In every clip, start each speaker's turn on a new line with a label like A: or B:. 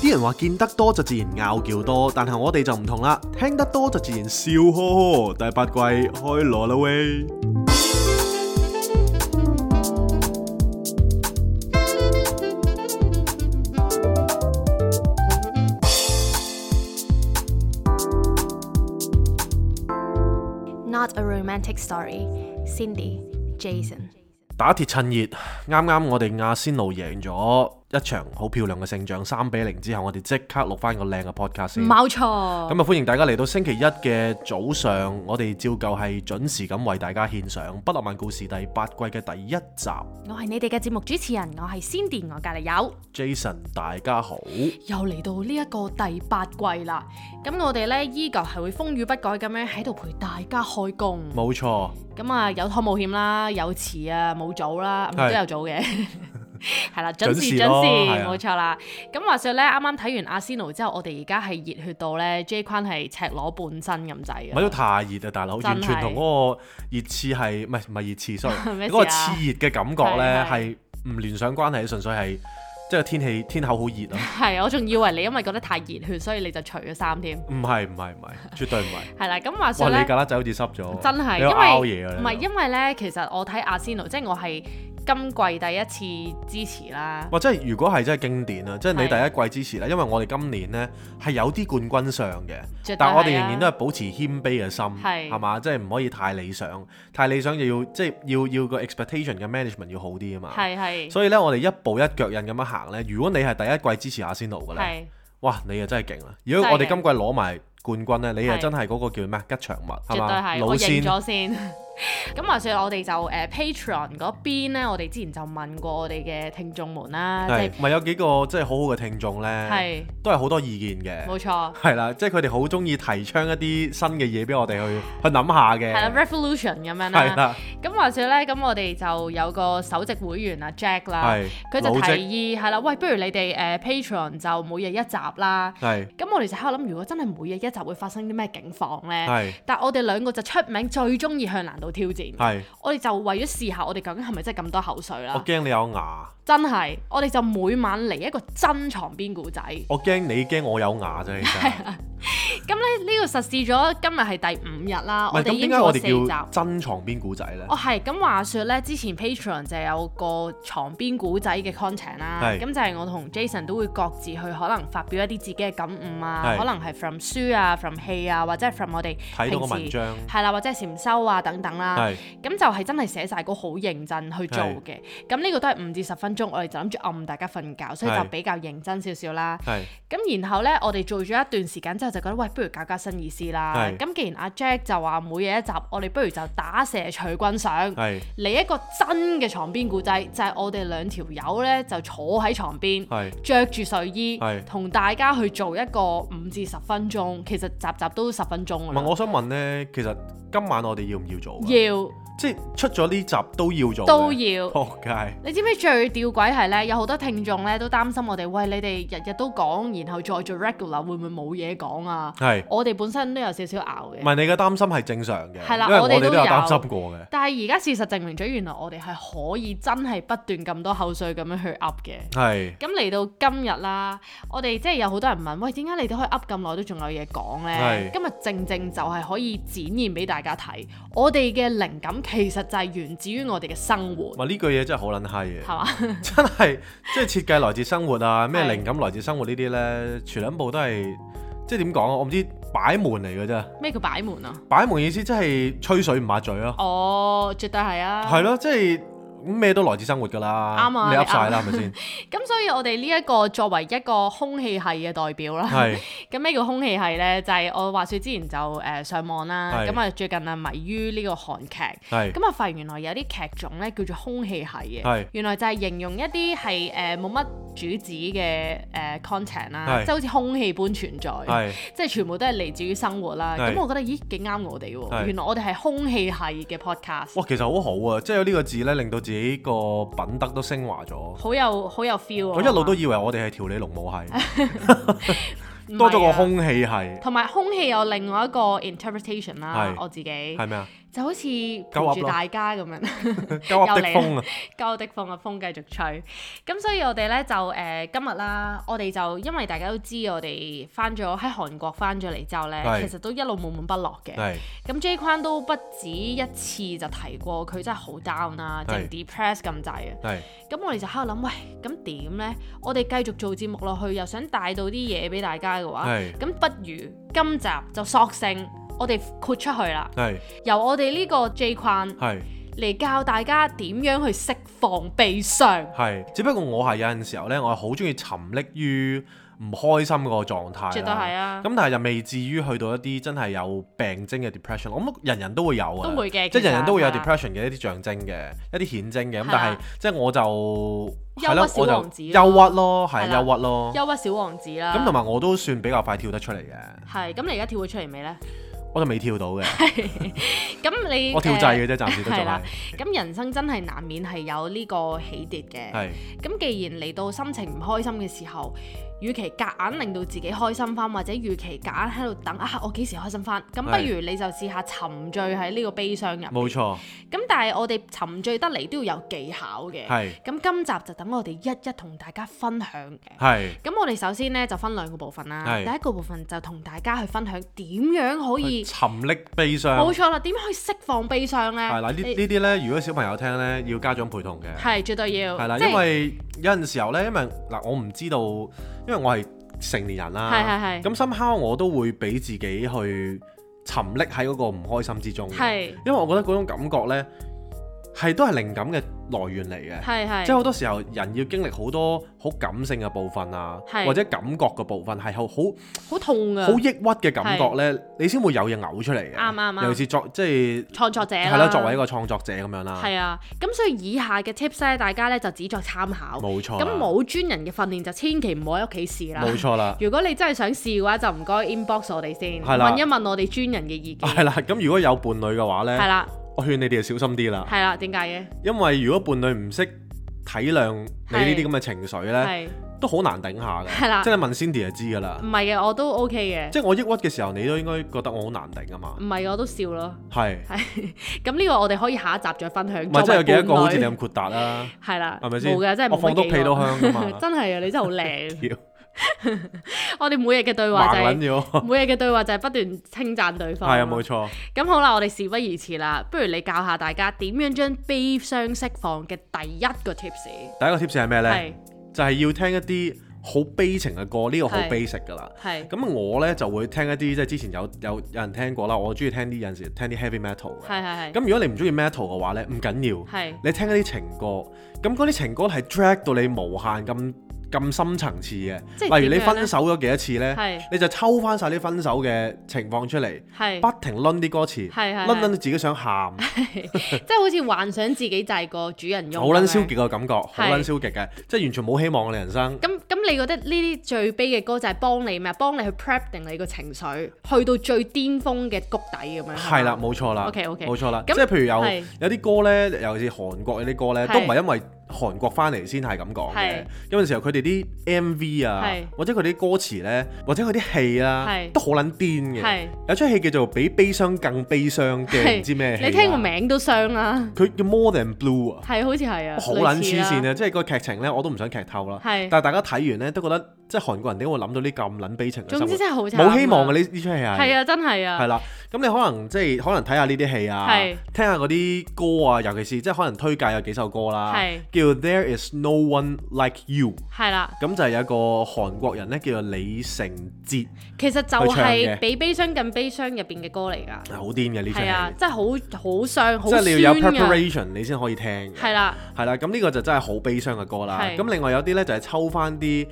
A: 啲人話見得多就自然拗撬多，但係我哋就唔同啦，聽得多就自然笑呵呵。第八季開鑼啦喂！
B: Not a romantic story. Cindy, Jason。
A: 打鐵趁熱，啱啱我哋阿仙奴贏咗一場好漂亮嘅勝仗，三比零之後，我哋即刻錄翻個靚嘅 podcast 先。
B: 冇錯，
A: 咁啊，歡迎大家嚟到星期一嘅早上，我哋照舊係準時咁為大家獻上《不浪漫故事》第八季嘅第一集。
B: 我係你哋嘅節目主持人，我係 Cindy，我隔離有，
A: Jason，大家好。
B: 又嚟到呢一個第八季啦。咁我哋呢，依舊係會風雨不改咁樣喺度陪大家開工。
A: 冇錯，
B: 咁啊，有湯冇險啦，有遲啊，冇早啦，唔
A: 係
B: 都有早嘅。 係啦，準
A: 準
B: 時
A: 時
B: 準
A: 咯
B: 時，
A: 係啊
B: 冇錯啦。咁話說呢，啱啱睇完阿仙奴之後，我哋而家係熱血到呢 J 框係赤裸半身咁
A: 唔
B: 滯
A: 係都
B: 嘅。
A: 太熱啊，大佬，
B: 真係
A: 完全同嗰個熱刺係唔係唔係熱刺，sorry，
B: 咩
A: 嗰
B: 事啊
A: 個熾熱嘅感覺呢
B: 係
A: 係唔聯想關係，純粹係即係天氣天口好熱啊。
B: 係，我仲以為你因為覺得太熱血，所以你就除咗衫添。
A: 唔係唔係唔係，絕對唔係。
B: 係啦，咁話
A: 哇！
B: 說
A: 你
B: 咧，
A: 架啦仔好似濕咗，
B: 真係
A: 你有拗
B: 因
A: 嘢
B: 為
A: 啊！
B: 唔係因為咧，其實我睇阿仙奴，即係我係今季第一次支持啦。
A: 哇！即係如果係真係經典啊，即係你
B: 係
A: 第一季支持咧，因為我哋今年呢係有啲冠軍上嘅，
B: 絕對
A: 但我哋
B: 係啊
A: 仍然都係保持謙卑嘅心，
B: 係
A: 係嘛？即係唔可以太理想，太理想又要即係要要個 expectation 嘅 management 要好啲啊嘛。
B: 係係
A: 所以呢，我哋一步一腳印咁樣行呢。如果你係第一季支持阿仙奴嘅咧，
B: 係
A: 哇！你啊真係勁啦！如果我哋今季攞埋冠軍呢，你啊
B: 係
A: 真係嗰個叫咩吉祥物係
B: 絕對
A: 嘛？
B: 係，
A: 老
B: 我認
A: 仙
B: 咗先。 咁話說，我哋就誒、呃 Patreon 嗰邊咧，我哋之前就問過我哋嘅聽眾們啦，即
A: 係
B: 係
A: 咪有幾個即係好好嘅聽眾呢？
B: 係
A: 都係好多意見嘅。
B: 冇錯，
A: 係啦，即係佢哋好中意提倡一啲新嘅嘢俾我哋去去諗下
B: 係啦啊
A: 嘅。
B: revolution 咁樣
A: 係
B: 啦。
A: 啦，
B: 咁話說咧，咁我哋就有個首席會員啊 Jack 啦，
A: 係
B: 佢就
A: 老職
B: 提議係啦，喂，不如你哋誒、呃 Patreon 就每日一集啦。
A: 係
B: 咁我哋就喺度諗，如果真係每日一集會發生啲咩境況呢？
A: 係
B: 但我哋兩個就出名最中意向難度挑戰，
A: 係，
B: 我哋就為咗試下我哋究竟係咪真係咁多口水
A: 我
B: 啦？
A: 驚你有牙，
B: 真係，我哋就每晚嚟一個真床邊故仔。
A: 我驚你驚我有牙啫，其實。
B: 咁咧呢個實試咗，今日係第五日啦，
A: 唔
B: 我
A: 係
B: 哋
A: 咁
B: 已
A: 點
B: 經
A: 解
B: 做
A: 我
B: 咗四
A: 哋叫
B: 集。
A: 真床邊古仔咧
B: 哦，？係咁話說呢，之前 Patreon 就有個床邊故仔嘅 content 啦，
A: 係
B: 咁就係我同 Jason 都會各自去可能發表一啲自己嘅感悟啊
A: 係，
B: 可能係 from 書啊、from 戲啊，或者係 from 我哋
A: 睇到個
B: 平時
A: 文章
B: 係啦，或者係禪修啊等等啦。
A: 係
B: 咁就係真係寫晒稿，好認真去做
A: 係
B: 嘅。咁呢個都係五至十分鐘，我哋就諗住暗大家瞓覺，所以就
A: 係
B: 比較認真少少啦。
A: 係
B: 咁然後呢，我哋做咗一段時間之後，就覺得喂，不如搞搞新意思啦。
A: 係
B: 咁既然阿 Jack 就話每日一集，我哋不如就打蛇隨棍上，
A: 係
B: 嚟一個真嘅床邊故仔，就係、我哋兩條友呢，就坐喺床邊。
A: 係
B: 着住睡衣
A: 係，
B: 同大家去做一個五至十分鐘，其實集集都十分鐘㗎
A: 唔
B: 啦
A: 係我想問咧，其實今晚我哋要唔要做㗎？啊
B: 要
A: 即係出咗呢集都要做嘅。
B: 都要。
A: 仆街
B: 你知唔知最吊詭係呢？有好多聽眾呢都擔心我哋，喂，你哋日日都講，然後再做 regular 會唔會冇嘢講啊？
A: 係
B: 我哋本身都有少少拗
A: 唔
B: 嘅，
A: 係你嘅擔心係正常嘅，
B: 係啦
A: 因為
B: 我
A: 我
B: 哋
A: 哋
B: 都
A: 都有擔
B: 有
A: 心過嘅。
B: 但係而家事實證明咗，原來我哋係可以真係不斷咁多口水咁樣去噏嘅。
A: 係
B: 咁嚟到今日啦，我哋即係有好多人問，喂，點解你哋可以噏咁耐都仲有嘢講呢？
A: 係
B: 今日正正就係可以展現俾大家睇，我哋嘅靈感其實就係源自於我哋嘅生活，
A: 哇！呢句嘢真係好撚閪嘅。
B: 係嘛？
A: 真係即係設計來自生活啊，咩
B: 係
A: 靈感來自生活呢啲呢，全撚部都係即係點講啊？我唔知擺門嚟嘅啫，
B: 咩叫擺門啊？
A: 擺門意思即係吹水唔抹嘴咯，
B: 哦，絕對係啊！
A: 係咯、即係咩都來自生活㗎啦，
B: 啱啊
A: 你
B: 你
A: 噏晒啦係咪先？
B: 咁所以我哋呢一個作為一個空氣系嘅代表啦，
A: 係
B: 咁咩叫空氣系呢？就係、我話説之前就誒、呃上網啦，
A: 係
B: 咁啊最近啊迷於呢個韓劇。
A: 係
B: 咁啊，發現原來有啲劇種咧叫做空氣系嘅
A: 係，
B: 原來就係形容一啲係誒冇乜主旨嘅誒 content 啦，
A: 係
B: 即係好似空氣般存在，
A: 係
B: 即係全部都係嚟自於生活啦。
A: 係
B: 咁我覺得咦幾啱我哋喎，
A: 係
B: 原來我哋係空氣系嘅 podcast，
A: 哇，其實好好啊，即係有呢個字呢，令到自己個品德都升華咗。
B: 好有好有 feel 啊！
A: 我一路都以為我哋係調理龍武係，
B: 唔係
A: 多咗個
B: 啊
A: 空氣係
B: 同埋空氣有另外一個 interpretation 啦，
A: 係
B: 我自己
A: 係咩 啊？
B: 就好似
A: 鳩
B: 陪
A: 噏
B: 住
A: 咯
B: 大家咁樣。
A: 鳩噏的
B: 又嚟
A: 風啊，
B: 鳩的風啊，風繼續吹。咁所以我哋咧就誒、呃今日啦，我哋就因為大家都知我哋翻咗喺韓國翻咗嚟之後咧，
A: 係
B: 其實都一路悶悶不樂嘅。
A: 係
B: 咁 J 框都不止一次就提過，佢真係好 down 啊啦，
A: 係
B: 淨 depress 咁滯啊。
A: 係
B: 咁我哋就喺度諗，喂，咁點呢？我哋繼續做節目落去，又想帶到啲嘢俾大家嘅話，
A: 係
B: 咁不如今集就索性我哋豁出去啦，
A: 係
B: 由我哋呢個 J 框
A: 係
B: 嚟教大家點樣去釋放悲傷。
A: 係，只不過我係有陣時候咧，我係好中意沉溺於唔開心嗰個狀態啦。
B: 絕對係啊
A: 咁但係就未至於去到一啲真係有病徵嘅 depression。我諗人人都會有啊，
B: 都會嘅
A: 即係
B: 其實
A: 人人都會有
B: 係啊
A: depression 嘅一啲象徵嘅，一啲顯徵嘅。咁
B: 係
A: 但係
B: 啊
A: 即係我就
B: 憂鬱
A: 係咯
B: 小
A: 我就
B: 王子
A: 憂
B: 咯
A: 鬱咯，係
B: 係啦
A: 憂鬱咯。
B: 憂鬱小王子啦。
A: 咁同埋我都算比較快跳得出嚟嘅，
B: 係咁，你而家跳咗出嚟未呢？
A: 我就未跳到 嘅，
B: 咁你
A: 我跳掣嘅
B: 誒
A: 啫，暫時都仲
B: 係
A: 係
B: 啦。咁人生真係難免係有呢個起跌嘅。
A: 係
B: 咁既然嚟到心情唔開心嘅時候，與其夾硬令到自己開心翻，或者與其夾硬喺度等啊，我幾時開心翻？咁
A: 係
B: 不如你就試下沉醉喺呢個悲傷入面。
A: 冇錯，
B: 咁但係我哋沉醉得嚟都要有技巧嘅。
A: 係
B: 咁今集就等我哋一一同大家分享嘅。
A: 係
B: 咁我哋首先咧就分兩個部分啦。
A: 係
B: 第一個部分就同大家去分享點樣可以
A: 沉溺悲
B: 冇
A: 傷
B: 錯啦，點樣去釋放悲傷咧？
A: 係啦，呢
B: 你
A: 呢啲咧，如果小朋友聽咧，要家長陪同嘅。
B: 係絕對要，
A: 係啦，
B: 即係
A: 因為有陣時候咧，因為嗱，我唔知道，因為我係成年人
B: 係係
A: 啦，
B: 係
A: 啊咁 somehow 我都會俾自己去沉溺喺嗰個唔開心之中嘅，
B: 係
A: 因為我覺得嗰種感覺呢，係都係靈感嘅來源嚟嘅。
B: 係係
A: 即係好多時候，人要經歷好多好感性嘅部分啊，
B: 係
A: 或者感覺嘅部分係好好
B: 好痛啊㗎，
A: 好抑鬱嘅感覺呢，你先會有嘢嘔出嚟嘅。
B: 啱啱啱
A: 尤其是作即係
B: 創作者
A: 係啦，作為一個創作者咁樣啦，
B: 係啊，咁所以以下嘅 tips 咧，大家咧就只作參考。
A: 冇錯啦。
B: 咁冇專人嘅訓練就千祈唔好喺屋企試啦。
A: 冇錯啦。
B: 如果你真係想試嘅話，就唔該 inbox 我哋先，
A: 係啦
B: 問一問我哋專人嘅意見。
A: 係啦，咁如果有伴侶嘅話
B: 係
A: 呢，
B: 啦，
A: 我勸你哋小心啲啦，
B: 係啦，點解嘅？
A: 因為如果伴侶唔識體諒你呢啲咁嘅情緒呢，
B: 係
A: 都好難頂下嘅。
B: 係啦嗯
A: 即係你問 Cindy 就知㗎啦
B: 唔。係嘅？我都 OK 嘅。
A: 即係我抑鬱嘅時候，你都應該覺得我好難頂啊嘛。
B: 唔係，我都笑咯。
A: 係，
B: 咁呢個我哋可以下一集再分享。
A: 唔係即係有幾多個好似你
B: 咁？
A: 咁豁達啦？
B: 係啦，
A: 係咪先
B: 冇嘅，真係
A: 我
B: 冇
A: 放
B: 多
A: 督
B: 幾
A: 屁
B: 個
A: 都香㗎 嘛
B: 真係啊！你真係好 靚。
A: 屌，
B: 我哋每日嘅對話就
A: 盲撚
B: 係
A: 咗。
B: 每日嘅對話就係不斷稱讚對方。
A: 係啊，冇錯。
B: 咁好啦，我哋事不宜遲啦，不如你教下大家點樣將悲傷釋放嘅第一個 tips。
A: 第一個 tips 係咩呢？
B: 係
A: 就係要聽一啲好悲情嘅歌，呢個好
B: 係
A: basic 㗎啦。
B: 係
A: 咁我呢，就會聽一啲即係之前有有有人聽過啦，我中意聽啲有陣時聽啲 heavy metal 嘅。
B: 係係
A: 咁如果你唔中意 metal 嘅話呢，唔緊要，
B: 係
A: 你聽一啲情歌，咁嗰啲情歌係 drag 到你無限咁咁深層次
B: 即
A: 嘅。
B: 係
A: 例如你
B: 點樣呢
A: 分手咗幾多次呢，
B: 係
A: 你就抽翻晒啲分手嘅情況出嚟，
B: 係
A: 不停攆啲歌詞，
B: 係
A: 攆攆
B: 係
A: 到自己想喊，好
B: 即係好似幻想自己就係個主人翁。
A: 撚消極。嘅感覺，好
B: 係
A: 撚消極嘅，即係完全冇希望嘅人生。
B: 咁咁，你覺得呢啲最悲嘅歌就係幫你咩？幫你去 prep 定你個情緒，去到最巔峰嘅谷底咁樣。
A: 係啦，
B: 嘛，
A: 冇錯啦
B: 啊 OK，OK
A: 冇錯啦。即
B: 咁
A: 係譬如
B: 係
A: 有有啲歌呢，尤其是韓國有啲歌呢，
B: 係
A: 都唔係因為韓國翻嚟先係咁講嘅
B: 係。
A: 有陣時候佢哋啲 MV 啊
B: 係，
A: 或者佢啲歌詞呢，或者佢啲戲啦
B: 係，
A: 都好撚癲嘅。
B: 係
A: 有出戲叫做《比悲傷更悲傷》嘅，
B: 係
A: 唔知咩戲啊
B: 你聽個名都傷啦，
A: 佢叫 More Than Blue 啊，
B: 係好似係啊，
A: 好撚
B: 類似
A: 黐
B: 啦
A: 線啊！即係個劇情呢，我都唔想劇透啦。
B: 係
A: 但係大家睇完呢，都覺得即係韓國人點會諗到呢咁撚悲情嘅生
B: 總
A: 活
B: 之，真係好慘啊
A: 冇希望嘅。呢呢出戲係。
B: 係啊，真係
A: 係
B: 啊，
A: 啦，咁你可能即係可能睇下呢啲戲啊
B: 係，
A: 聽下嗰啲歌啊，尤其是即係可能推介有幾首歌啦
B: 係，
A: 叫 There Is No One Like You，
B: 係啦。
A: 咁就係有一個韓國人咧叫做李承哲，
B: 其實就
A: 去唱嘅
B: 係比悲傷更悲傷入邊嘅歌嚟㗎，
A: 係好癲嘅呢出
B: 係啊，
A: 戲，
B: 真係好好傷，好
A: 即
B: 酸
A: 係你要有
B: 㗎，
A: preparation 你先可以聽嘅，
B: 係啦，
A: 係啦，咁呢個就真係好悲傷嘅歌啦。
B: 係
A: 咁另外有啲咧就係抽翻啲。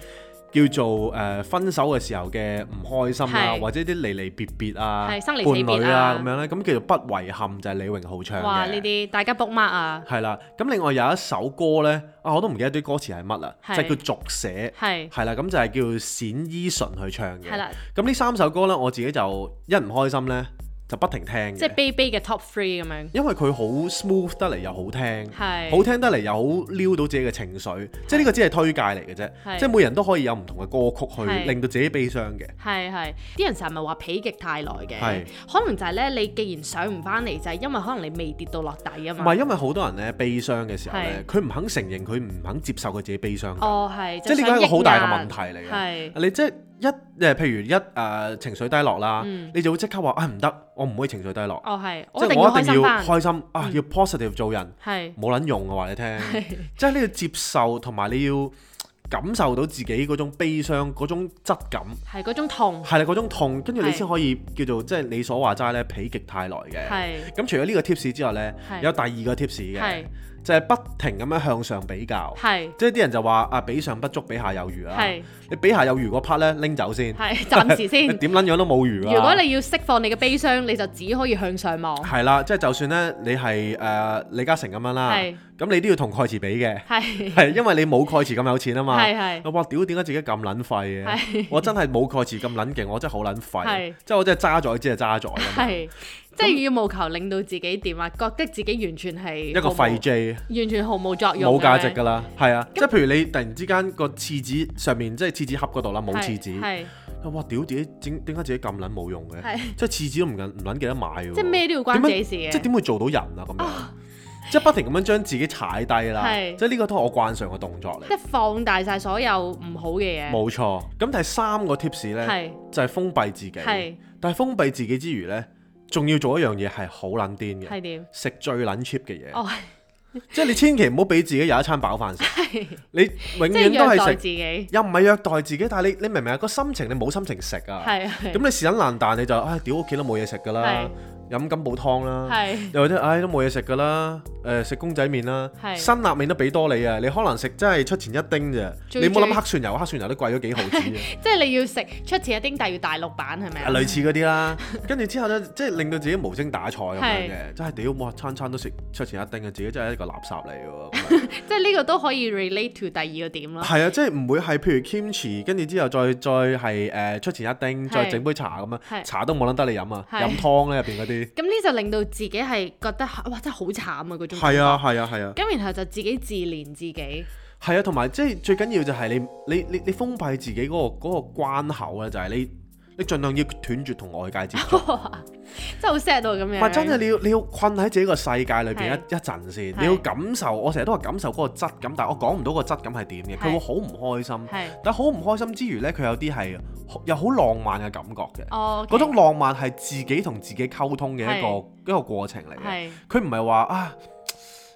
A: 叫做誒、呃分手嘅時候嘅唔開心啊，
B: 係
A: 或者啲離離別別啊、
B: 係生離死
A: 伴
B: 別啊
A: 侶啊咁樣咧，咁叫做不遺憾就係李啊榮浩唱嘅。
B: 哇！呢啲大家 book mark 啊，
A: 係啦，咁另外有一首歌呢，啊我都唔記得啲歌詞係乜啦，
B: 係
A: 就叫續寫，
B: 係
A: 係啦，咁就係叫冼依純去唱
B: 係
A: 嘅。
B: 啦，
A: 咁呢三首歌呢，我自己就一唔開心呢，就不停聽
B: 即係
A: 嘅，
B: 卑卑嘅 top three 咁樣。
A: 因為佢好 smooth 得嚟又好聽，
B: 係
A: 好聽得嚟又好撩到自己嘅情緒，即係呢個只係推介嚟嘅
B: 係
A: 啫，即係每人都可以有唔同嘅歌曲
B: 係
A: 去令到自己悲傷嘅，
B: 係係，啲人成日咪話否極泰來嘅
A: 係，
B: 可能就係咧，你既然上唔翻嚟，就係因為可能你未跌到落底啊
A: 唔
B: 嘛。
A: 係因為好多人咧悲傷嘅時候咧，佢唔肯承認佢唔肯接受佢自己悲傷㗎，
B: 哦，係，
A: 即係呢個係一個好大嘅問題嚟嘅。
B: 係
A: 你即係一誒，譬如一誒、呃情緒低落啦，你就會即刻話啊唔得，我唔可以情緒低落，
B: 哦係，
A: 即係
B: 我一定要
A: 我一
B: 開
A: 定
B: 心
A: 要
B: 翻，
A: 開心啊，要 positive 做人，
B: 係
A: 冇撚用嘅啊話你聽，即係你要接受同埋你要感受到自己嗰種悲傷嗰種質感，
B: 係嗰種痛，
A: 係啦嗰種痛，跟住你
B: 係
A: 先可以叫做即係你所話齋咧，否極泰來嘅。
B: 係
A: 咁除咗呢個 tips 之外呢，
B: 係
A: 有第二個 tips 嘅
B: 係，
A: 就係不停咁樣向上比較，
B: 係
A: 即係啲人就話啊比上不足，比下有餘啦。
B: 係
A: 你比下有餘嗰 part 咧拎走先。
B: 係，暫時
A: 你
B: 先。
A: 點撚樣都冇餘啊！
B: 如果你要釋放你嘅悲傷，你就只可以向上望，
A: 係啦，即係就算咧，你係誒、呃李嘉誠咁樣啦，
B: 係
A: 咁你都要同蓋茨比嘅，
B: 係
A: 係因為你冇蓋茨咁有錢啊嘛。
B: 係係
A: 我話屌，點解自己咁撚廢
B: 係
A: 嘅？我真係冇蓋茨咁撚勁，我真係好撚
B: 係
A: 廢，即係我真係揸咗，只係揸咗咁樣，
B: 係，即係羽毛球令到自己點啊？覺得自己完全係
A: 一
B: 一
A: 個廢 J，
B: 完全毫無作用，嗯
A: 冇價值
B: 㗎
A: 㗎啦。係啊，即係譬如你突然之間個廁紙上面，即係廁紙盒嗰度啦，冇
B: 係咪，
A: 廁紙，
B: 係
A: 哇屌自己整點解自己咁撚冇用嘅？
B: 係
A: 即係廁紙都唔撚唔撚記得買喎。
B: 即係咩都要關自己事
A: 點樣即係
B: 嘅，
A: 點會做到人啊咁樣？即係不停咁樣將自己踩低啦
B: 係，
A: 即係呢個都係我慣常嘅動作
B: 即
A: 嚟。
B: 係放大晒所有唔好嘅嘢，
A: 冇錯。咁第三個 tips 呢，
B: 係
A: 就係封閉自己。
B: 係
A: 但係封閉自己之餘呢，仲要做一樣嘢係好撚癲嘅，
B: 係點？
A: 食最撚 cheap 嘅嘢。
B: 哦，
A: 即係你千祈唔好俾自己有一餐飽飯食，
B: 係
A: 你永
B: 即係
A: 遠都
B: 虐待
A: 係
B: 自
A: 食，
B: 己，
A: 又唔係虐待自己，但係你你明唔明啊？個心情你冇心情食啊。
B: 係
A: 咁你時緊爛蛋你就唉屌屋企都冇嘢食㗎啦，飲金寶湯啦。
B: 係
A: 又或者唉都冇嘢食噶啦，誒、食公仔麵啦，
B: 係
A: 辛辣麵都俾多你啊！你可能食真係出前一丁啫，
B: 最
A: 你冇諗黑蒜油，黑蒜油都貴咗幾毫子 啊！
B: 即係你要食出前一丁，但係要大陸版係咪啊？
A: 類似嗰啲啦，跟住之後咧，即係令到自己無精打采咁樣
B: 係
A: 嘅，真係屌哇！餐餐都食出前一丁啊，自己真係一個垃圾嚟喎咁樣！
B: 即係呢個都可以 relate to 第二個點咯。
A: 係啊，即係唔會係譬如 kimchi，跟住之後再再係誒、呃出前一丁，再整杯茶咁
B: 係
A: 樣，茶都冇撚得你飲啊，
B: 係
A: 飲湯咧入邊嗰啲，
B: 咁呢就令到自己係覺得哇，真係好慘啊嗰種。
A: 係啊。係啊係啊。
B: 咁然後就自己自憐自己，
A: 係啊，同埋即係最緊要就係你你你你封閉自己嗰、個嗰、個關口咧，就係你你盡量要斷絕同外界接 觸。
B: 真係好 sad 到咁
A: 唔
B: 樣。
A: 係真係你要你要困喺自己個世界裏邊
B: 係
A: 一一陣先，
B: 係
A: 你要感受。我成日都話感受嗰個質感，但係我講唔到個質感係點嘅，
B: 係
A: 佢會好唔開心。
B: 係
A: 但係好唔開心之餘呢，佢有啲係有好浪漫嘅感覺嘅。
B: 哦，
A: 嗰種浪漫係自己同自己溝通嘅一
B: 係
A: 個一個過程嚟嘅。
B: 係
A: 佢唔係話啊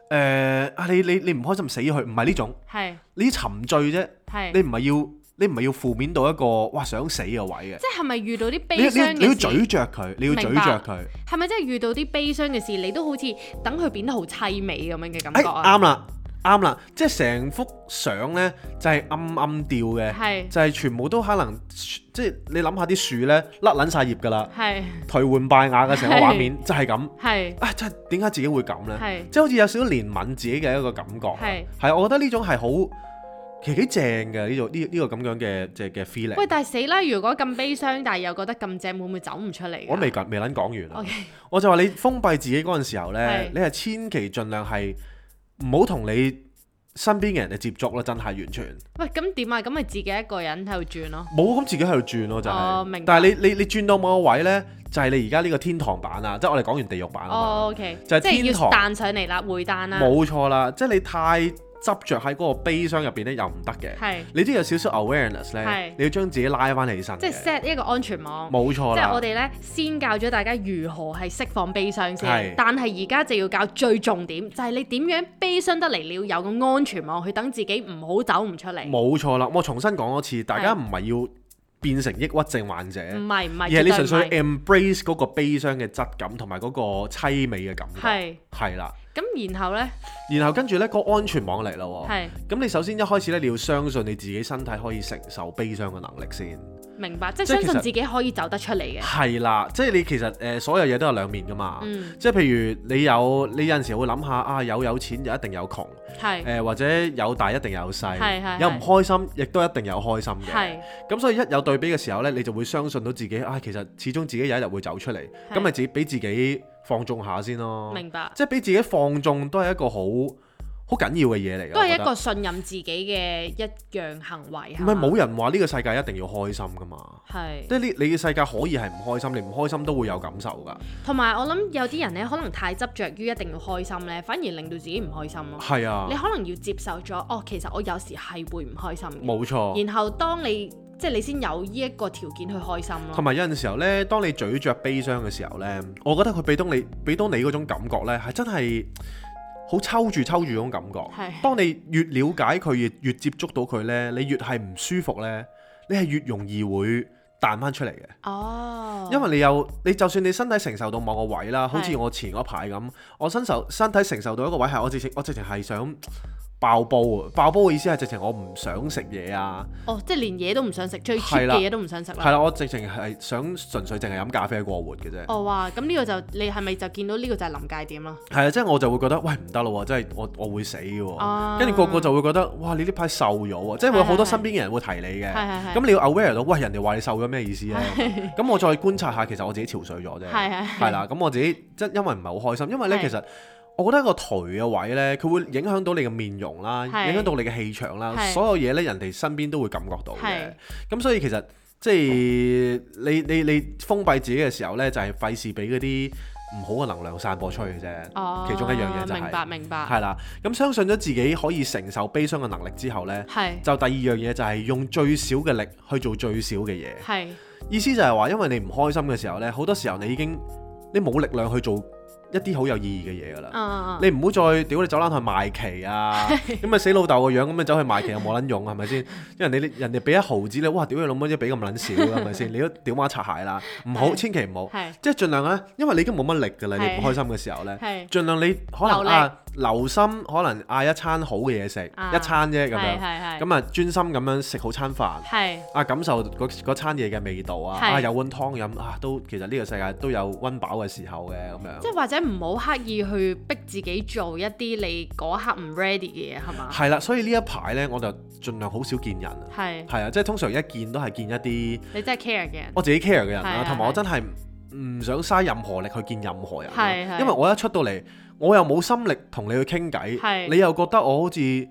A: 誒啊你你你唔開心死去，唔係呢種，
B: 係
A: 你沉醉啫。
B: 係，
A: 你唔係要你唔係要負面到一個哇想死嘅位嘅，
B: 即係咪遇到啲悲
A: 你要你要
B: 傷
A: 你要
B: 嘅事？
A: 咀嚼佢，你要咀
B: 明白
A: 嚼佢，
B: 係咪真係遇到啲悲傷嘅事，你都好似等佢變得好凄美咁樣嘅感
A: 哎
B: 覺啊？
A: 啱啦啱啦，即係成幅相呢就係暗暗調嘅，
B: 係
A: 就係全部都可能即係你諗下啲樹呢甩撚晒葉㗎啦，
B: 係
A: 頹垣敗瓦嘅成個
B: 係
A: 畫面就係咁，
B: 係
A: 啊真係點解自己會咁呢？
B: 係
A: 即係好似有少少憐憫自己嘅一個感覺啊，
B: 係
A: 係我覺得呢種係好其實幾正嘅呢種呢呢個咁樣嘅即係嘅 feeling。
B: 喂，但係死啦！如果咁悲傷，但係又覺得咁正，會唔會走唔出嚟㗎？
A: 我未講未撚講完啊
B: OK
A: 我就話你封閉自己嗰陣時候呢
B: 哦係，
A: 你係千祈盡量係唔好同你身邊嘅人嘅接觸啦，真係完全
B: 喂，咁點啊？咁咪自己一個人喺度轉咯。
A: 冇咁自己喺度轉咯，就係、
B: 哦明白
A: 但係你你你轉到某個位呢，就係、你而家呢個天堂版啊，即係我哋講完地獄版啊嘛，
B: 哦，OK，
A: 就係
B: 即係
A: 天
B: 要
A: 堂
B: 彈上嚟啦，回彈啦，
A: 冇、錯啦，即係你太執着喺嗰個悲傷入邊呢，又唔得嘅，
B: 係
A: 你都有少少 awareness
B: 係
A: 呢，你要將自己拉翻起身
B: 即係
A: 嘅，
B: set 一個安全網。
A: 冇錯
B: 即係
A: 啦，
B: 我哋咧先教咗大家如何係釋放悲傷先
A: 係，
B: 但係而家就要教最重點，就係你點樣悲傷得嚟，你要有個安全網去等自己唔好走唔出嚟。唔
A: 冇錯啦，我重新講多次，大家唔係要變成抑鬱症患者。
B: 係唔係，
A: 而係你
B: 絕
A: 純
B: 對唔
A: 粹
B: 係
A: embrace 嗰個悲傷嘅質感同埋嗰個凄美嘅感覺，
B: 係
A: 係啦。
B: 咁，然後咧
A: 然後跟住呢個安全網嚟啦喎。
B: 係
A: 咁你首先一開始呢，你要相信你自己身體可以承受悲傷嘅能力先。
B: 明白，即係
A: 即係
B: 相
A: 其
B: 信
A: 實
B: 自己可以走得出嚟嘅。
A: 係啦，即係你其實誒、呃所有嘢都有兩面噶嘛。
B: 嗯，
A: 即係譬如你有你有陣時會諗下啊，有有錢就一定有窮，誒、
B: 係
A: 或者有大一定有
B: 係係
A: 細，有唔開心亦都一定有開心嘅。
B: 係
A: 咁所以一有對比嘅時候呢，你就會相信到自己啊，其實始終自己有一日會走出嚟，
B: 係
A: 咁咪自己俾自己放縱下先咯。
B: 明白，
A: 即係俾自己放縱都係一個好好緊要嘅嘢嚟㗎。
B: 都
A: 我
B: 係
A: 覺
B: 一
A: 得
B: 個信任自己嘅一樣行為係
A: 唔
B: 嘛
A: 係冇人話呢個世界一定要開心㗎嘛。
B: 係
A: 即係呢，你嘅世界可以係唔開心，你唔開心都會有感受㗎。
B: 同埋我諗有啲人咧，可能太執着於一定要開心咧，反而令到自己唔開心咯。
A: 係啊
B: 你，可能要接受咗，哦，其實我有時係會唔開心嘅。
A: 冇錯。
B: 然後當你即係你先有呢一個條件去開心
A: 同
B: 咯。
A: 埋有陣時候呢，當你咀嚼悲傷嘅時候呢，我覺得佢俾到你俾到你嗰種感覺呢，係真係好抽住抽住嗰種感覺。
B: 係
A: 當你越了解佢，越越接觸到佢呢，你越係唔舒服呢，你係越容易會彈翻出嚟嘅。
B: 哦，
A: 因為你有你就算你身體承受到某個位啦，好似
B: 係
A: 我前嗰排咁，我身受身體承受到一個位係我直情我直情係想爆煲啊！爆煲嘅意思係直情我唔想食嘢啊，
B: 哦，即係連嘢都唔想食，最 cheap
A: 係啦
B: 嘅嘢都唔想食
A: 係
B: 啦。
A: 啦，我直情係想純粹淨係飲咖啡過活嘅啫。
B: 哦，哇！咁呢個就你係咪就見到呢個就係臨界點啦？
A: 係啊，即係我就會覺得喂唔得咯喎，即係我我會死嘅
B: 啊
A: 喎，跟住個個就會覺得哇你呢排瘦咗喎，即係會好多身邊嘅人會提你嘅
B: 係係係，
A: 咁你要 aware 到喂人哋話你瘦咗咩意思咧？啊咁我再觀察下，其實我自己憔悴咗啫，
B: 係係係
A: 係啦，咁我自己即係因為唔係好開心，因為咧
B: 係
A: 其實。我覺得一個頹嘅位咧，佢會影響到你嘅面容啦，
B: 係
A: 影響到你嘅氣場啦，
B: 係
A: 所有嘢咧人哋身邊都會感覺到
B: 係
A: 嘅。咁所以其實即係你你你封閉自己嘅時候咧，就係費事俾嗰啲唔好嘅能量散播出去嘅啫。
B: 哦，
A: 其中一樣嘢就係
B: 明白明白，
A: 係啦，咁相信咗自己可以承受悲傷嘅能力之後呢，
B: 係
A: 就第二樣嘢就係用最少嘅力去做最少嘅嘢。
B: 係
A: 意思就係話，因為你唔開心嘅時候呢，好多時候你已經你冇力量去做一啲好有意義嘅嘢㗎啦。
B: 啊
A: 你唔好再屌你走撚去賣旗 啊！咁咪死老豆個樣咁樣走去賣旗又冇撚用係咪先？因為你你人哋俾一毫子你，哇！屌你老母啫，俾咁撚少係咪先？你都屌媽擦鞋啦，唔好
B: 係
A: 千祈唔好，
B: 係
A: 即係盡量咧，因為你已經冇乜力㗎啦，你唔
B: 係
A: 開心嘅時候呢。
B: 係
A: 盡量你可
B: 留
A: 能
B: 力
A: 啊留心，可能嗌一餐好嘅嘢食，
B: 啊
A: 一餐啫咁
B: 係
A: 樣，
B: 係係
A: 咁啊專心咁樣食好餐飯，
B: 係
A: 啊感受嗰嗰餐嘢嘅味道啊，
B: 係
A: 啊有碗湯飲啊，都其實呢個世界都有温飽嘅時候嘅咁
B: 即
A: 樣。
B: 係或者唔好刻意去逼自己做一啲你嗰刻唔 ready 嘅嘢，係嘛？
A: 係啦，所以呢一排呢，我就盡量好少見人啊。
B: 係，
A: 係啊，即係通常一見都係見一啲
B: 你真係 care 嘅人。
A: 我自己 care 嘅人
B: 係
A: 啦
B: 係，
A: 同埋我真係唔想嘥任何力去見任何人
B: 係
A: 啦，
B: 係
A: 因為我一出到嚟，我又冇心力同你去傾
B: 係
A: 偈，你又覺得我好似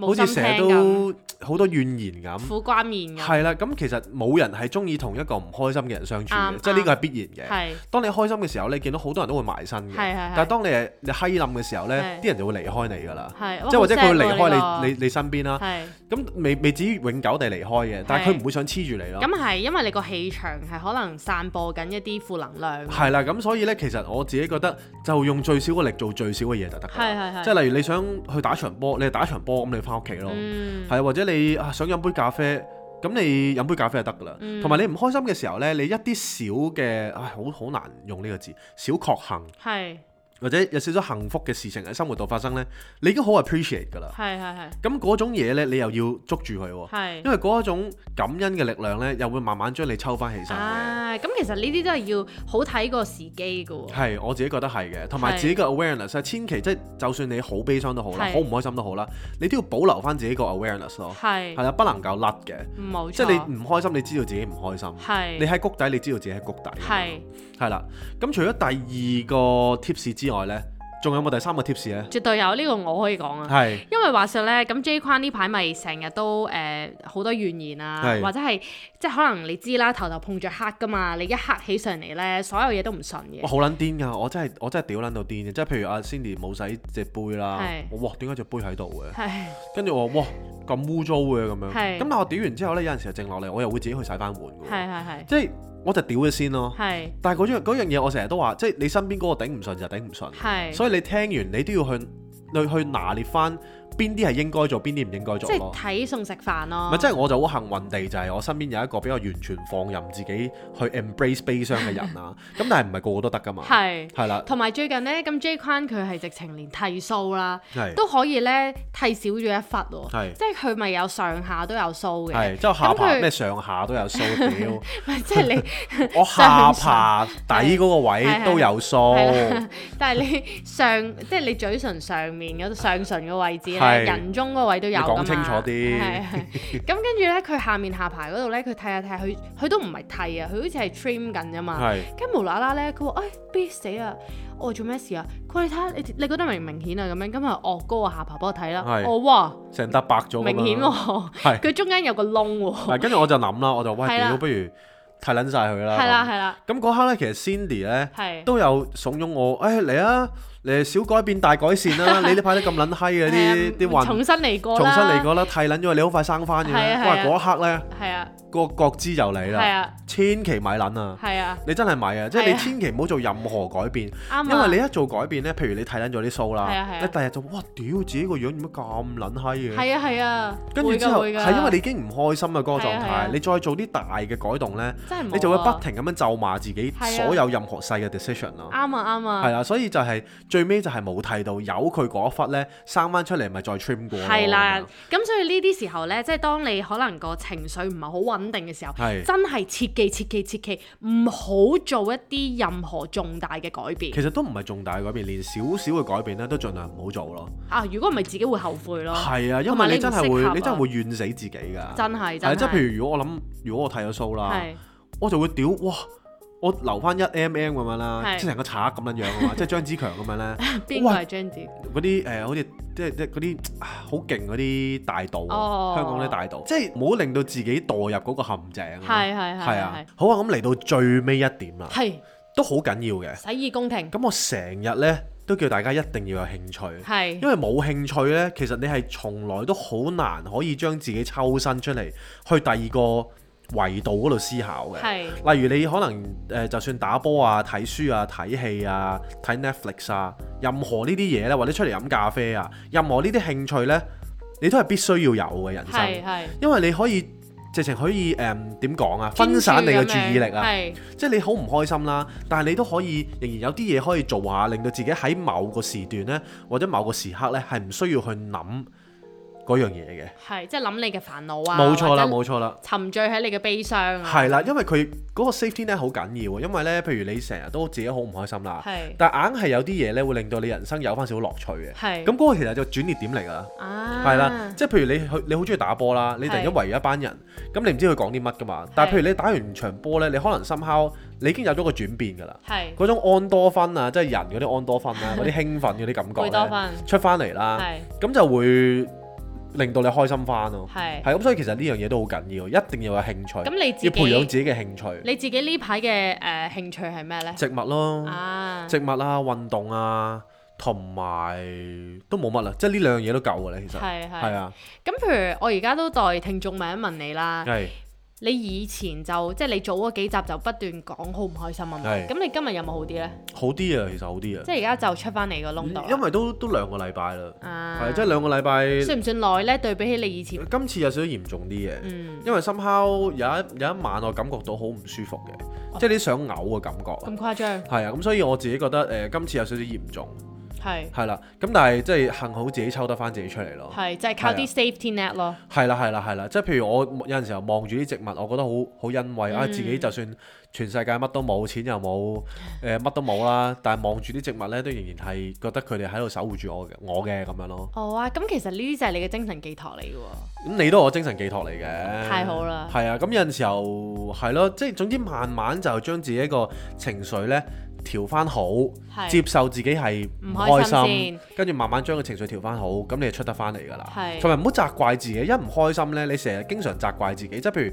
A: 好
B: 冇
A: 似
B: 心
A: 成
B: 聽
A: 日
B: 咁，
A: 都好多怨言咁。
B: 苦瓜面咁，
A: 係啦，咁其實冇人係中意同一個唔開心嘅人相處
B: 啱
A: 嘅，即係呢個係必然嘅。
B: 係
A: 當你開心嘅時候咧，你見到好多人都會埋身嘅。
B: 係係係
A: 但係當你係你閪冧嘅時候咧
B: 係，
A: 啲人就會離開你㗎啦。
B: 係，
A: 即係或者佢會離
B: 開
A: 開你你你啊身邊啦。
B: 係
A: 咁未未至於永久地離開嘅，但係佢唔會想黐住你咯。
B: 咁係，因為你個氣場係可能散播緊一啲負能量。
A: 係啦，咁所以咧，其實我自己覺得就用最少嘅力做最少嘅嘢就得㗎啦。
B: 係係係
A: 即係例如你想去打場波，你係打場波咁，你翻屋企咯。
B: 嗯，
A: 係或者你啊想飲杯咖啡，咁你飲杯咖啡就得噶啦。
B: 嗯
A: 同埋、你唔開心嘅時候呢，你一啲小嘅，唉，好好難用呢個字，小確幸
B: 係
A: 或者有少少幸福嘅事情喺生活度發生呢，你已經好 appreciate 噶啦。
B: 係係係
A: 咁嗰種嘢呢，你又要捉住佢喎，
B: 係
A: 因為嗰一種感恩嘅力量呢，又會慢慢將你抽翻起身嘅。
B: 啊！咁其實呢啲都係要好睇個時機㗎喎。
A: 係，我自己覺得係嘅，同埋
B: 係
A: 自己嘅 awareness 啊，千祈即係就算你好悲傷都好啦，
B: 係
A: 好唔開心都好啦，你都要保留翻自己個 awareness 咯，哦係
B: 係
A: 啦，不能夠甩嘅，
B: 冇錯。
A: 即係你唔嗯開心，你知道自己唔開心，你
B: 係
A: 喺谷底，你知道自己喺谷底。
B: 係
A: 係啦。咁除咗第二個 tips 之外呢，仲有冇第三個 tips 呢？
B: 絕對有呢個我可以講啊。
A: 係
B: 因為話說咧，咁 J 框呢排咪成日都誒好、多怨言啊，
A: 係
B: 或者係即係可能你知啦，頭頭碰着黑噶嘛，你一黑起上嚟咧，所有嘢都唔順嘅
A: 哇，。好撚癲㗎！我真係我真係屌撚到癲嘅，即係譬如阿 Cindy 冇洗隻杯啦
B: 係，
A: 我哇點解隻杯喺度嘅？
B: 係
A: 跟住我話哇咁污糟嘅咁樣，
B: 係
A: 咁但係我屌完之後呢，有陣時候靜落嚟，我又會自己去洗翻碗嘅
B: 係
A: 喎，
B: 係係
A: 即係我就屌咗先咯。
B: 係
A: 但係嗰樣嗰樣嘢，我成日都話，即係你身邊嗰個頂唔順就頂唔順，
B: 係
A: 所以你聽完你都要去去去拿捏翻邊啲係應該做，邊啲唔應該
B: 即
A: 做
B: 係
A: 咯。
B: 睇餸食飯咯。
A: 咪即係我就好幸運地就係我身邊有一個比較完全放任自己去 embrace 悲傷嘅人 啦。咁但係唔係個個都得噶嘛？
B: 係
A: 係啦，
B: 同埋最近咧，咁 J 框佢係直情連剃須啦，
A: 係
B: 都可以咧剃少咗一忽喎，
A: 係
B: 即係佢咪有上下都有須嘅，
A: 係，即係下
B: 咁
A: 巴
B: 佢
A: 咩上下都有須屌。
B: 咪即係你，
A: 我下巴底嗰個
B: 係
A: 位都有須，
B: 但係你上即係你嘴唇上面嗰度上唇個位置咧，
A: 係
B: 人中嗰位都有
A: 你
B: 㗎嘛。
A: 講清楚啲
B: 係係咁跟住咧，佢下面下排嗰度咧，佢剃下剃下，佢佢都唔係剃啊，佢好似係 trim 緊啫嘛。
A: 係
B: 跟住無啦啦咧，佢話：唉、憋死啊！我話做咩事啊？佢話你睇下，你你覺得明唔明顯啊？咁樣，咁啊，哦，高個下巴幫我睇啦。
A: 係
B: 我哇，
A: 成笪白咗咁樣
B: 明顯喎、
A: 係
B: 佢中間有個窿喎、
A: 嗱，跟住我就諗啦，我就喂
B: 係啦
A: 屌，不如剃撚晒佢啦。
B: 係啦係啦，
A: 咁嗰刻咧，其實 Cindy 咧
B: 係
A: 都有慫恿我，誒嚟啊，嚟小改變大改善 啦！你呢排都咁撚閪嘅啲啲
B: 係啊
A: 運，
B: 重新嚟過
A: 重
B: 啦，
A: 新嚟過啦，剃撚咗佢你好快生翻嘅
B: 係啊係啊
A: 啦。哇！嗰一刻咧，
B: 係啊
A: 個覺知就嚟
B: 係
A: 啦，
B: 啊
A: 千祈咪撚啊！
B: 係啊，
A: 你真係咪啊！即係
B: 係
A: 你
B: 啊
A: 千祈唔好做任何改變，
B: 啱啊，
A: 因為你一做改變咧，譬如你剃撚咗啲須
B: 係啊係啊
A: 啦，你第日就哇屌自己個樣點解咁撚閪嘅？
B: 係啊係啊，
A: 跟住之後，
B: 係
A: 係因為你已經唔開心啊嗰個
B: 係
A: 狀
B: 啊係啊
A: 態，你再做啲大嘅改動呢，
B: 你真係冇啊
A: 你就會不停咁樣咒罵自己
B: 係啊
A: 所有任何細嘅 decision 咯。
B: 啱啊啱啊
A: 係，啦，所以就係最尾就係冇剃到，由佢嗰一忽呢，生翻出嚟，咪再 trim 過咯。
B: 係啦
A: 咁樣，
B: 咁所以呢啲時候呢，即係當你可能個情緒唔係好穩定嘅時候，
A: 係
B: 真係切記切記切記，唔好做一啲任何重大嘅改變
A: 其實都唔係重大嘅改變，連少少嘅改變呢，都盡量唔好做咯。
B: 啊！如果唔係自己會後悔咯，
A: 係啊，因
B: 哦同埋
A: 為
B: 你
A: 你真係
B: 唔適合啊
A: 會，你真係會怨死自己㗎。
B: 真係
A: 係啊
B: 真
A: 即係
B: 係
A: 譬如如果我諗，如果我剃咗須啦，
B: 係
A: 我就會屌哇！我留翻一 mm 咁樣啦，
B: 係
A: 即係成個賊咁樣樣啊嘛，即係張子強咁樣呢。
B: 邊個係張子？
A: 嗰啲誒，好似即係即係嗰啲啊好勁嗰啲大盜啊，
B: 哦
A: 香港啲大盜，即係唔好令到自己墮入嗰個陷阱啊。
B: 係係係
A: 係
B: 係
A: 啊，好啊，咁嚟到最尾一點啦，
B: 係
A: 都好緊要嘅。
B: 洗耳恭聽，
A: 咁我成日呢，都叫大家一定要有興趣，
B: 係
A: 因為冇興趣呢，其實你係從來都好難可以將自己抽身出嚟，去第二個維度嗰度思考嘅。
B: 係
A: 例如你可能誒、呃就算打波啊、睇書啊、睇戲啊、睇 Netflix 啊，任何呢啲嘢咧，或者出嚟飲咖啡啊，任何呢啲興趣咧，你都係必須要有嘅人
B: 係
A: 生，
B: 係
A: 因為你可以直情可以誒點講啊，分散你嘅注意力啊，
B: 係
A: 即係你好唔開心啦，但係你都可以呃仍然有啲嘢可以做下，令到自己喺某個時段咧，或者某個時刻咧，係唔需要去諗嗰樣嘢嘅，
B: 係即係諗你嘅煩惱啊，
A: 冇錯啦，
B: 或者
A: 冇錯啦。
B: 沉醉喺你嘅悲傷啊，
A: 係啦，因為佢嗰個 safety 咧好緊要啊，因為咧，譬如你成日都自己好唔開心啦，
B: 係
A: 但硬係有啲嘢咧會令到你人生有翻少少樂趣嘅。
B: 係
A: 咁嗰個其實就轉捩點嚟㗎，
B: 啊
A: 係啦，即係譬如你去你好中意打波啦，你突然間圍住一班人，咁你唔知佢講啲乜㗎嘛。但係譬如你打完場波咧，你可能 somehow 你已經有咗個轉變㗎啦，
B: 係
A: 嗰種胺多芬啊，即係人嗰啲胺多芬啊，嗰啲興奮嗰啲感覺
B: 貝多芬
A: 呢出翻嚟啦，
B: 係
A: 咁就會令到你開心翻咯。
B: 係
A: 係咁，所以其實呢樣嘢都好緊要，一定要有興趣。
B: 咁你自
A: 要培養
B: 己
A: 自己嘅興趣，
B: 你自己呢排嘅誒興趣係咩咧？
A: 植物咯，
B: 啊，
A: 植物啊，運動啊，同埋都冇乜啦，即係呢兩樣嘢都夠㗎啦，其實
B: 係
A: 係
B: 係。
A: 啊，
B: 咁譬如我而家都代聽眾問一問你啦，
A: 係啊
B: 你以前就即係你早嗰幾集就不斷講好唔開心啊嘛，
A: 係
B: 咁你今日有冇好啲咧？
A: 好啲啊，其實好啲啊
B: 即，係而家就出翻嚟個窿度啦。
A: 因為都都兩個禮拜啦，
B: 啊，
A: 係即係兩個禮拜，
B: 算唔算耐咧？對比起你以前，
A: 今次有少少嚴重啲嘅，
B: 嗯，
A: 因為 somehow 有一有一晚我感覺到好唔舒服嘅，即係啲想嘔嘅感覺啊
B: 咁，誇張，
A: 係啊，咁所以我自己覺得誒今次有少少嚴重，
B: 係
A: 係啦，咁但係即係幸好自己抽得翻自己出嚟咯。
B: 係就係靠
A: 哦係啊
B: 啲 safety net 咯，
A: 係啦，係啦，係啦，即係譬如我有陣時候望住啲植物，我覺得好好欣慰啊！
B: 嗯
A: 自己就算全世界乜都冇，錢又冇，誒乜都冇 啦，但係望住啲植物咧，都仍然係覺得佢哋喺度守護住我嘅，我嘅咁樣咯。
B: 哦啊，咁其實呢啲就係你嘅精神寄託嚟嘅喎，
A: 咁你都係我精神寄託嚟嘅，
B: 嗯太好啦
A: 係啊，咁有陣時候係咯，即係總之慢慢就將自己一個情緒咧調翻好，接
B: 係
A: 受自己係
B: 唔
A: 唔
B: 開
A: 開
B: 心
A: 心
B: 先，
A: 跟住慢慢將個情緒調翻好，咁你就出得翻嚟㗎啦。
B: 係
A: 同埋唔好責怪自己，一唔開心呢，你成日經常責怪自己，即係譬如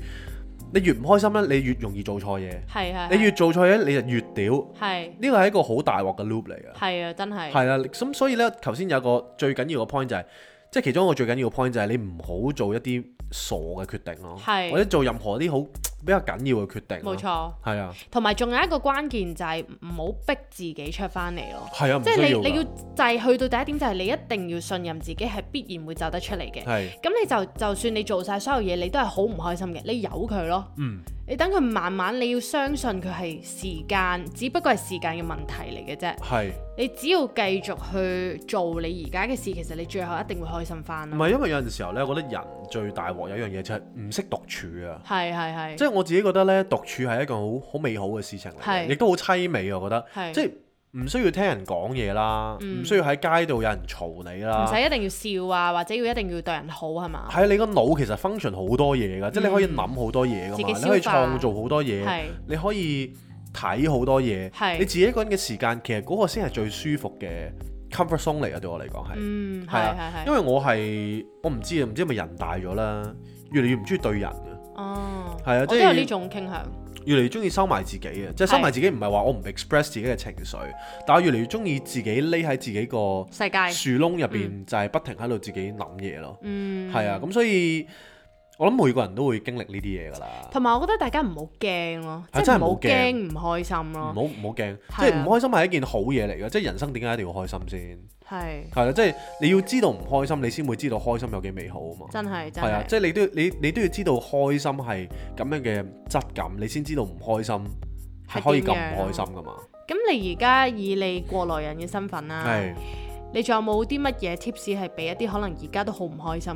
A: 你越唔開心呢，你越容易做錯嘢，
B: 係係，
A: 你越做錯嘢你就越屌，
B: 係
A: 呢個係一個好大鑊嘅 loop 嚟嘅，
B: 係啊，真係
A: 係啦，咁所以呢，頭先有個最緊要嘅 point 就係、即係其中一個最緊要嘅 point 就係你唔好做一啲傻嘅決定咯，
B: 係
A: 或者做任何啲好比較緊要嘅決定咯。
B: 冇錯。
A: 係啊，
B: 同埋仲有一個關鍵就係唔好逼自己出翻嚟咯。
A: 係啊，唔
B: 即係
A: 需要
B: 你你要
A: 㗎。
B: 就係去到第一點就係你一定要信任自己係必然會走得出嚟嘅。
A: 係，
B: 咁你就就算你做晒所有嘢，你都係好唔開心嘅，你由佢咯。
A: 嗯，
B: 你等佢慢慢，你要相信佢係時間，只不過係時間嘅問題嚟嘅啫。
A: 係。
B: 你只要繼續去做你而家嘅事，其實你最後一定會開心翻
A: 唔
B: 咯。
A: 係因為有陣時候咧，我覺得人最大鑊有一樣嘢就係唔識獨處啊。
B: 係係係，
A: 即係我自己覺得咧，獨處係一個好好美好嘅事情嚟嘅，
B: 係
A: 亦都好凄美啊！我覺得，
B: 係嗯
A: 即係唔需要聽人講嘢啦，唔需要喺街度有人嘈你
B: 唔
A: 啦。
B: 使一定要笑啊，或者要一定要對人好係嘛？
A: 係你個腦其實 function 好多嘢㗎，即係你可以諗好多嘢㗎
B: 嗯自
A: 嘛，
B: 己消
A: 你
B: 化
A: 可以創造好多嘢，
B: 係
A: 你可以睇好多嘢。
B: 係
A: 你自己一個人嘅時間，其實嗰個先係最舒服嘅 comfort zone 嚟嘅，對我嚟講係。
B: 嗯
A: 係
B: 係係
A: 啊，因
B: 係，
A: 為我係我唔知啊，唔知係咪人大咗啦，越嚟越唔中意對人嘅，
B: 哦，
A: 係啊即
B: 我都
A: 係
B: 有呢種傾向，
A: 越嚟越中意收埋自己嘅，即係
B: 係
A: 收埋自己唔係話我唔 express 自己嘅情緒，
B: 嗯
A: 但我越嚟越中意自己匿喺自己個
B: 世界
A: 樹窿入邊，就係不停喺度自己諗嘢咯。
B: 嗯
A: 係啊，咁所以我諗每個人都會經歷呢啲嘢㗎啦。
B: 同埋我覺得大家唔好驚咯，即
A: 係啊真
B: 係
A: 係唔
B: 唔好
A: 好驚嗯
B: 驚唔開心
A: 唔
B: 咯，
A: 好唔好驚，
B: 啊
A: 即係唔開心係一件好嘢嚟嘅，即係人生點解一定要開心先？
B: 係
A: 係啦，即係你要知道唔開心，你先會知道開心有幾美好啊嘛。
B: 真係真
A: 係啊，
B: 係
A: 即係你都要你你都要知道開心係咁樣嘅質感，你先知道唔開心係可以咁唔開心噶嘛。
B: 咁你而家以你過來人嘅身份啦
A: 係，
B: 你仲有冇啲乜嘢 tips 係俾一啲可能而家都好唔開心、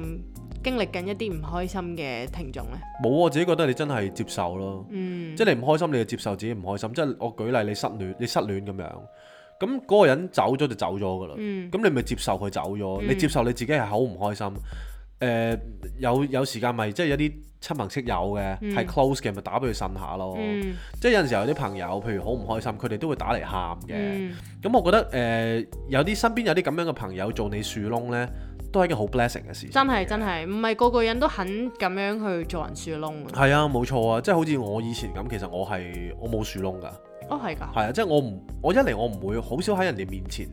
B: 經歷緊一啲唔開心嘅聽眾呢？
A: 冇啊我自己覺得你真係接受咯，
B: 嗯，
A: 即係你唔開心你就接受自己唔開心。即係我舉例，你失戀你失戀咁樣，咁嗰個人走咗就走咗噶啦。
B: 嗯
A: 咁你咪接受佢走咗，你接受你自己係好唔開心。誒、有有時間咪即係有啲親朋戚友嘅係、close 嘅，咪打俾佢呻下咯。
B: 嗯
A: 即係有陣時候有啲朋友，譬如好唔開心，佢哋都會打嚟喊嘅。
B: 嗯，
A: 咁我覺得誒、呃有啲身邊有啲咁樣嘅朋友做你樹窿呢，都係一件好 blessing 嘅事情。
B: 真係真係，唔係個個人都肯咁樣去做人樹窿啊！
A: 係啊，冇錯啊，即係好似我以前咁，其實我係我冇樹窿㗎，
B: 哦，係㗎，
A: 係啊，即係我唔我一嚟我唔會好少喺人哋面前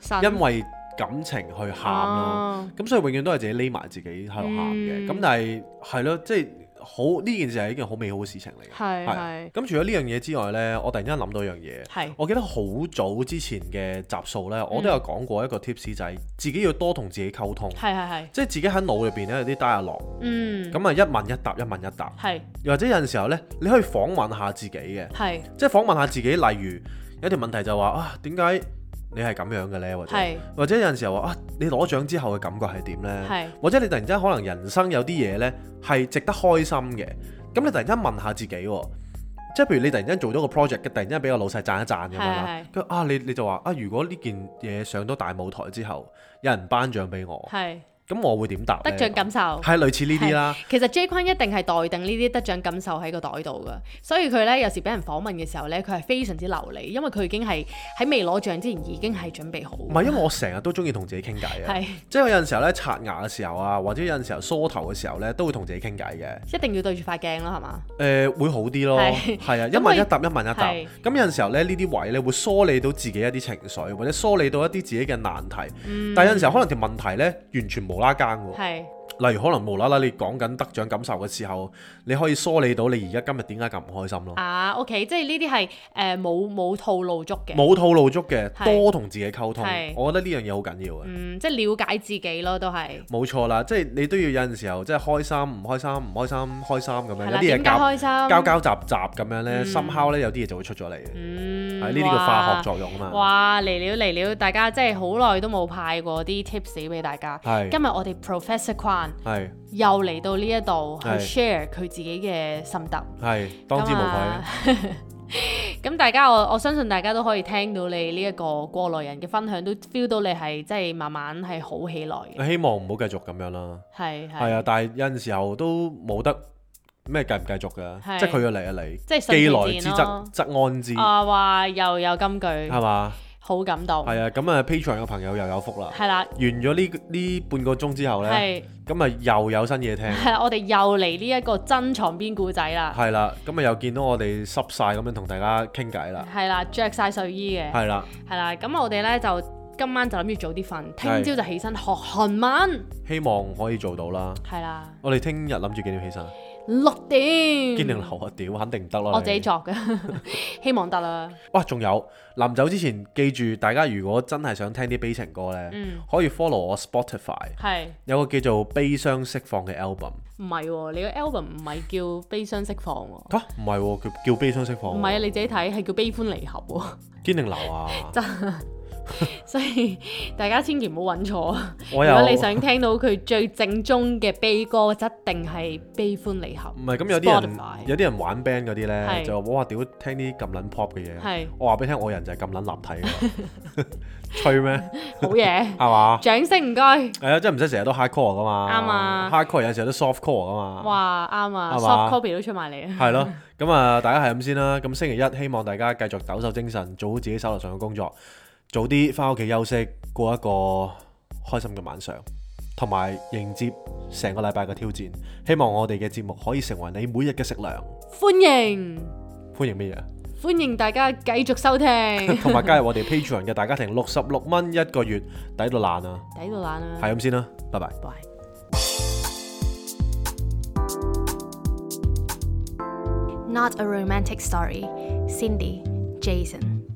B: 神
A: 因為感情去喊咯，
B: 啊
A: 咁、所以永遠都係自己匿埋自己喺度喊嘅。
B: 嗯
A: 咁、但係係咯，即係好呢件事係一件好美好嘅事情嚟嘅。
B: 係
A: 係
B: 係
A: 咁除咗呢樣嘢之外呢，我突然間諗到一樣嘢。
B: 係，
A: 我記得好早之前嘅集數呢，我都
B: 嗯
A: 有講過一個 tips 就係自己要多同自己溝通，
B: 係係係，
A: 即係自己喺腦入邊呢有啲 dialog，
B: 嗯，
A: 咁啊一問一答一問一答，
B: 係
A: 又或者有陣時候呢，你可以訪問下自己嘅，
B: 係
A: 即係訪問下自己，例如有條問題就話啊點解你係咁樣嘅呢？或者
B: 係
A: 或者有陣時候話啊你攞獎之後嘅感覺係點呢？
B: 係
A: 或者你突然之間可能人生有啲嘢呢係值得開心嘅，咁你突然間問下自己喎。即係譬如你突然間做咗個 project 嘅，突然間俾個老細讚一讚咁樣啦
B: 係係，
A: 跟住啊你你就話啊，如果呢件嘢上到大舞台之後，有人頒獎俾我，
B: 係
A: 咁我會點答
B: 得
A: 呢
B: 獎感受。
A: 係類似呢啲啦，
B: 其實 J 坤一定係待定呢啲得獎感受喺個袋度㗎，所以佢咧有時俾人訪問嘅時候咧，佢係非常之流利，因為佢已經係喺未攞獎之前已經係準備好。
A: 唔係因為我成日都中意同自己傾偈啊，
B: 係
A: 即係我有陣時候咧刷牙嘅時候啊，或者有陣時候梳頭嘅時候咧，都會同自己傾偈嘅，誒、呃
B: 一定要對住塊鏡咯，係嘛？
A: 會好啲咯，
B: 係
A: 係啊，一
B: 咁我
A: 問一答，一問一答，
B: 係
A: 咁有陣時候咧呢啲位咧會梳理到自己一啲情緒，或者梳理到一啲自己嘅難題，
B: 嗯
A: 但係有陣時候可能條問題咧完全無啦更喎。
B: 係
A: 例如可能無啦啦你講緊得獎感受嘅時候，你可以梳理到你而家今日點解咁唔開心咯。
B: 啊，OK，即係呢啲係誒冇冇套路足嘅，
A: 冇套路足嘅，
B: 係
A: 多同自己溝通
B: 係，
A: 我覺得呢樣嘢好緊要嘅。
B: 嗯，即係了解自己咯，都係。
A: 冇錯啦，即係你都要有陣時候即係開心、唔開心、唔開心、開心咁樣，
B: 係
A: 有
B: 啦，
A: 啲嘢
B: 點解
A: 交
B: 開心？
A: 交交雜雜咁樣呢，深烤呢有啲嘢就會出咗嚟嘅，係
B: 嗯，
A: 呢啲叫化學作用啊嘛。
B: 哇，嚟了嚟了，大家真係好耐都冇派過啲 tips 俾大家。
A: 係
B: 今日我哋 Professor Kwan
A: 係
B: 又嚟到呢一度去
A: 係
B: share 佢自己嘅心得，
A: 係，當之無愧。
B: 愧。 咁大家我我相信大家都可以聽到你呢一個過來人嘅分享，都 feel 到你係即係慢慢係好起來嘅，
A: 希望唔好繼續咁樣啦。
B: 啊係
A: 係
B: 係，
A: 啊，但係有陣時候都冇得咩繼唔繼續
B: 係
A: 㗎，即係佢要嚟就嚟，
B: 即係
A: 既
B: 順
A: 來
B: 其
A: 之
B: 自然咯
A: 則。則安之，
B: 啊哇！又有金句，
A: 係嘛？
B: 好感動，
A: 係啊，咁啊 Patreon 嘅朋友又有福啦。
B: 係啦，
A: 完咗呢呢半個鐘之後呢，
B: 係
A: 咁啊又有新嘢聽。
B: 係啦，我哋又嚟呢一個真床邊故仔啦，
A: 係啦，咁啊又見到我哋濕晒咁樣同大家傾偈啦，
B: 係啦，着晒睡衣嘅，
A: 係啦，
B: 係啦，咁我哋咧就今晚就諗住早啲瞓，聽
A: 係
B: 朝就起身學韓文，
A: 希望可以做到啦。
B: 係啦。
A: 我哋聽日諗住幾點起身啊？
B: 六點，
A: 堅定流啊！屌，肯定唔得啦。
B: 嗯我自
A: 你
B: 己作嘅， 希望得啦。
A: 哇，仲有臨走之前，記住大家如果真係想聽啲悲情歌呢，
B: 嗯
A: 可以 follow 我 Spotify
B: 係
A: 有個叫做《悲傷釋放》嘅 album。
B: 唔係喎？你個 album 唔係叫《悲傷釋放》喎，
A: 嚇唔係喎，叫叫《悲傷釋放》
B: 唔係啊！你自己睇係叫《悲歡離合》喎，
A: 堅定流啊！
B: 所以大家千祈唔好揾錯。
A: 我
B: 如
A: 又
B: 果你想聽到佢最正宗嘅悲歌，一定係《悲歡離合
A: 唔係咁有啲人
B: Spotify
A: 有啲人玩 band 嗰啲呢，
B: 係
A: 就話哇屌聽啲咁撚 pop 嘅嘢。
B: 係
A: 我話俾你聽，我人就係咁撚立體㗎， 吹咩？》，
B: 好 嘢！
A: 係嘛？
B: 掌聲唔該。
A: 係啊，即係唔使成日都 hard core 噶嘛。
B: 啱啊
A: hard core 有時候都 soft core 噶嘛。
B: 哇，啱啊
A: 係嘛
B: ，soft copy 都出埋嚟啊！
A: 係咯，咁啊，大家係咁先啦。咁星期一希望大家繼續抖擻精神，做好自己手頭上嘅工作，早啲翻屋企休息，過一個開心嘅晚上，同埋迎接成個禮拜嘅挑戰。希望我哋嘅節目可以成為你每日嘅食糧。
B: 歡迎
A: 歡迎咩嘢？
B: 歡迎大家繼續收聽，
A: 同埋加入我哋 Patreon 嘅大家庭，六十六蚊一個月，抵到爛啊！
B: 抵到爛啦，
A: 係咁先啦，拜拜。
B: 拜。
C: Not a romantic story. Cindy, Jason.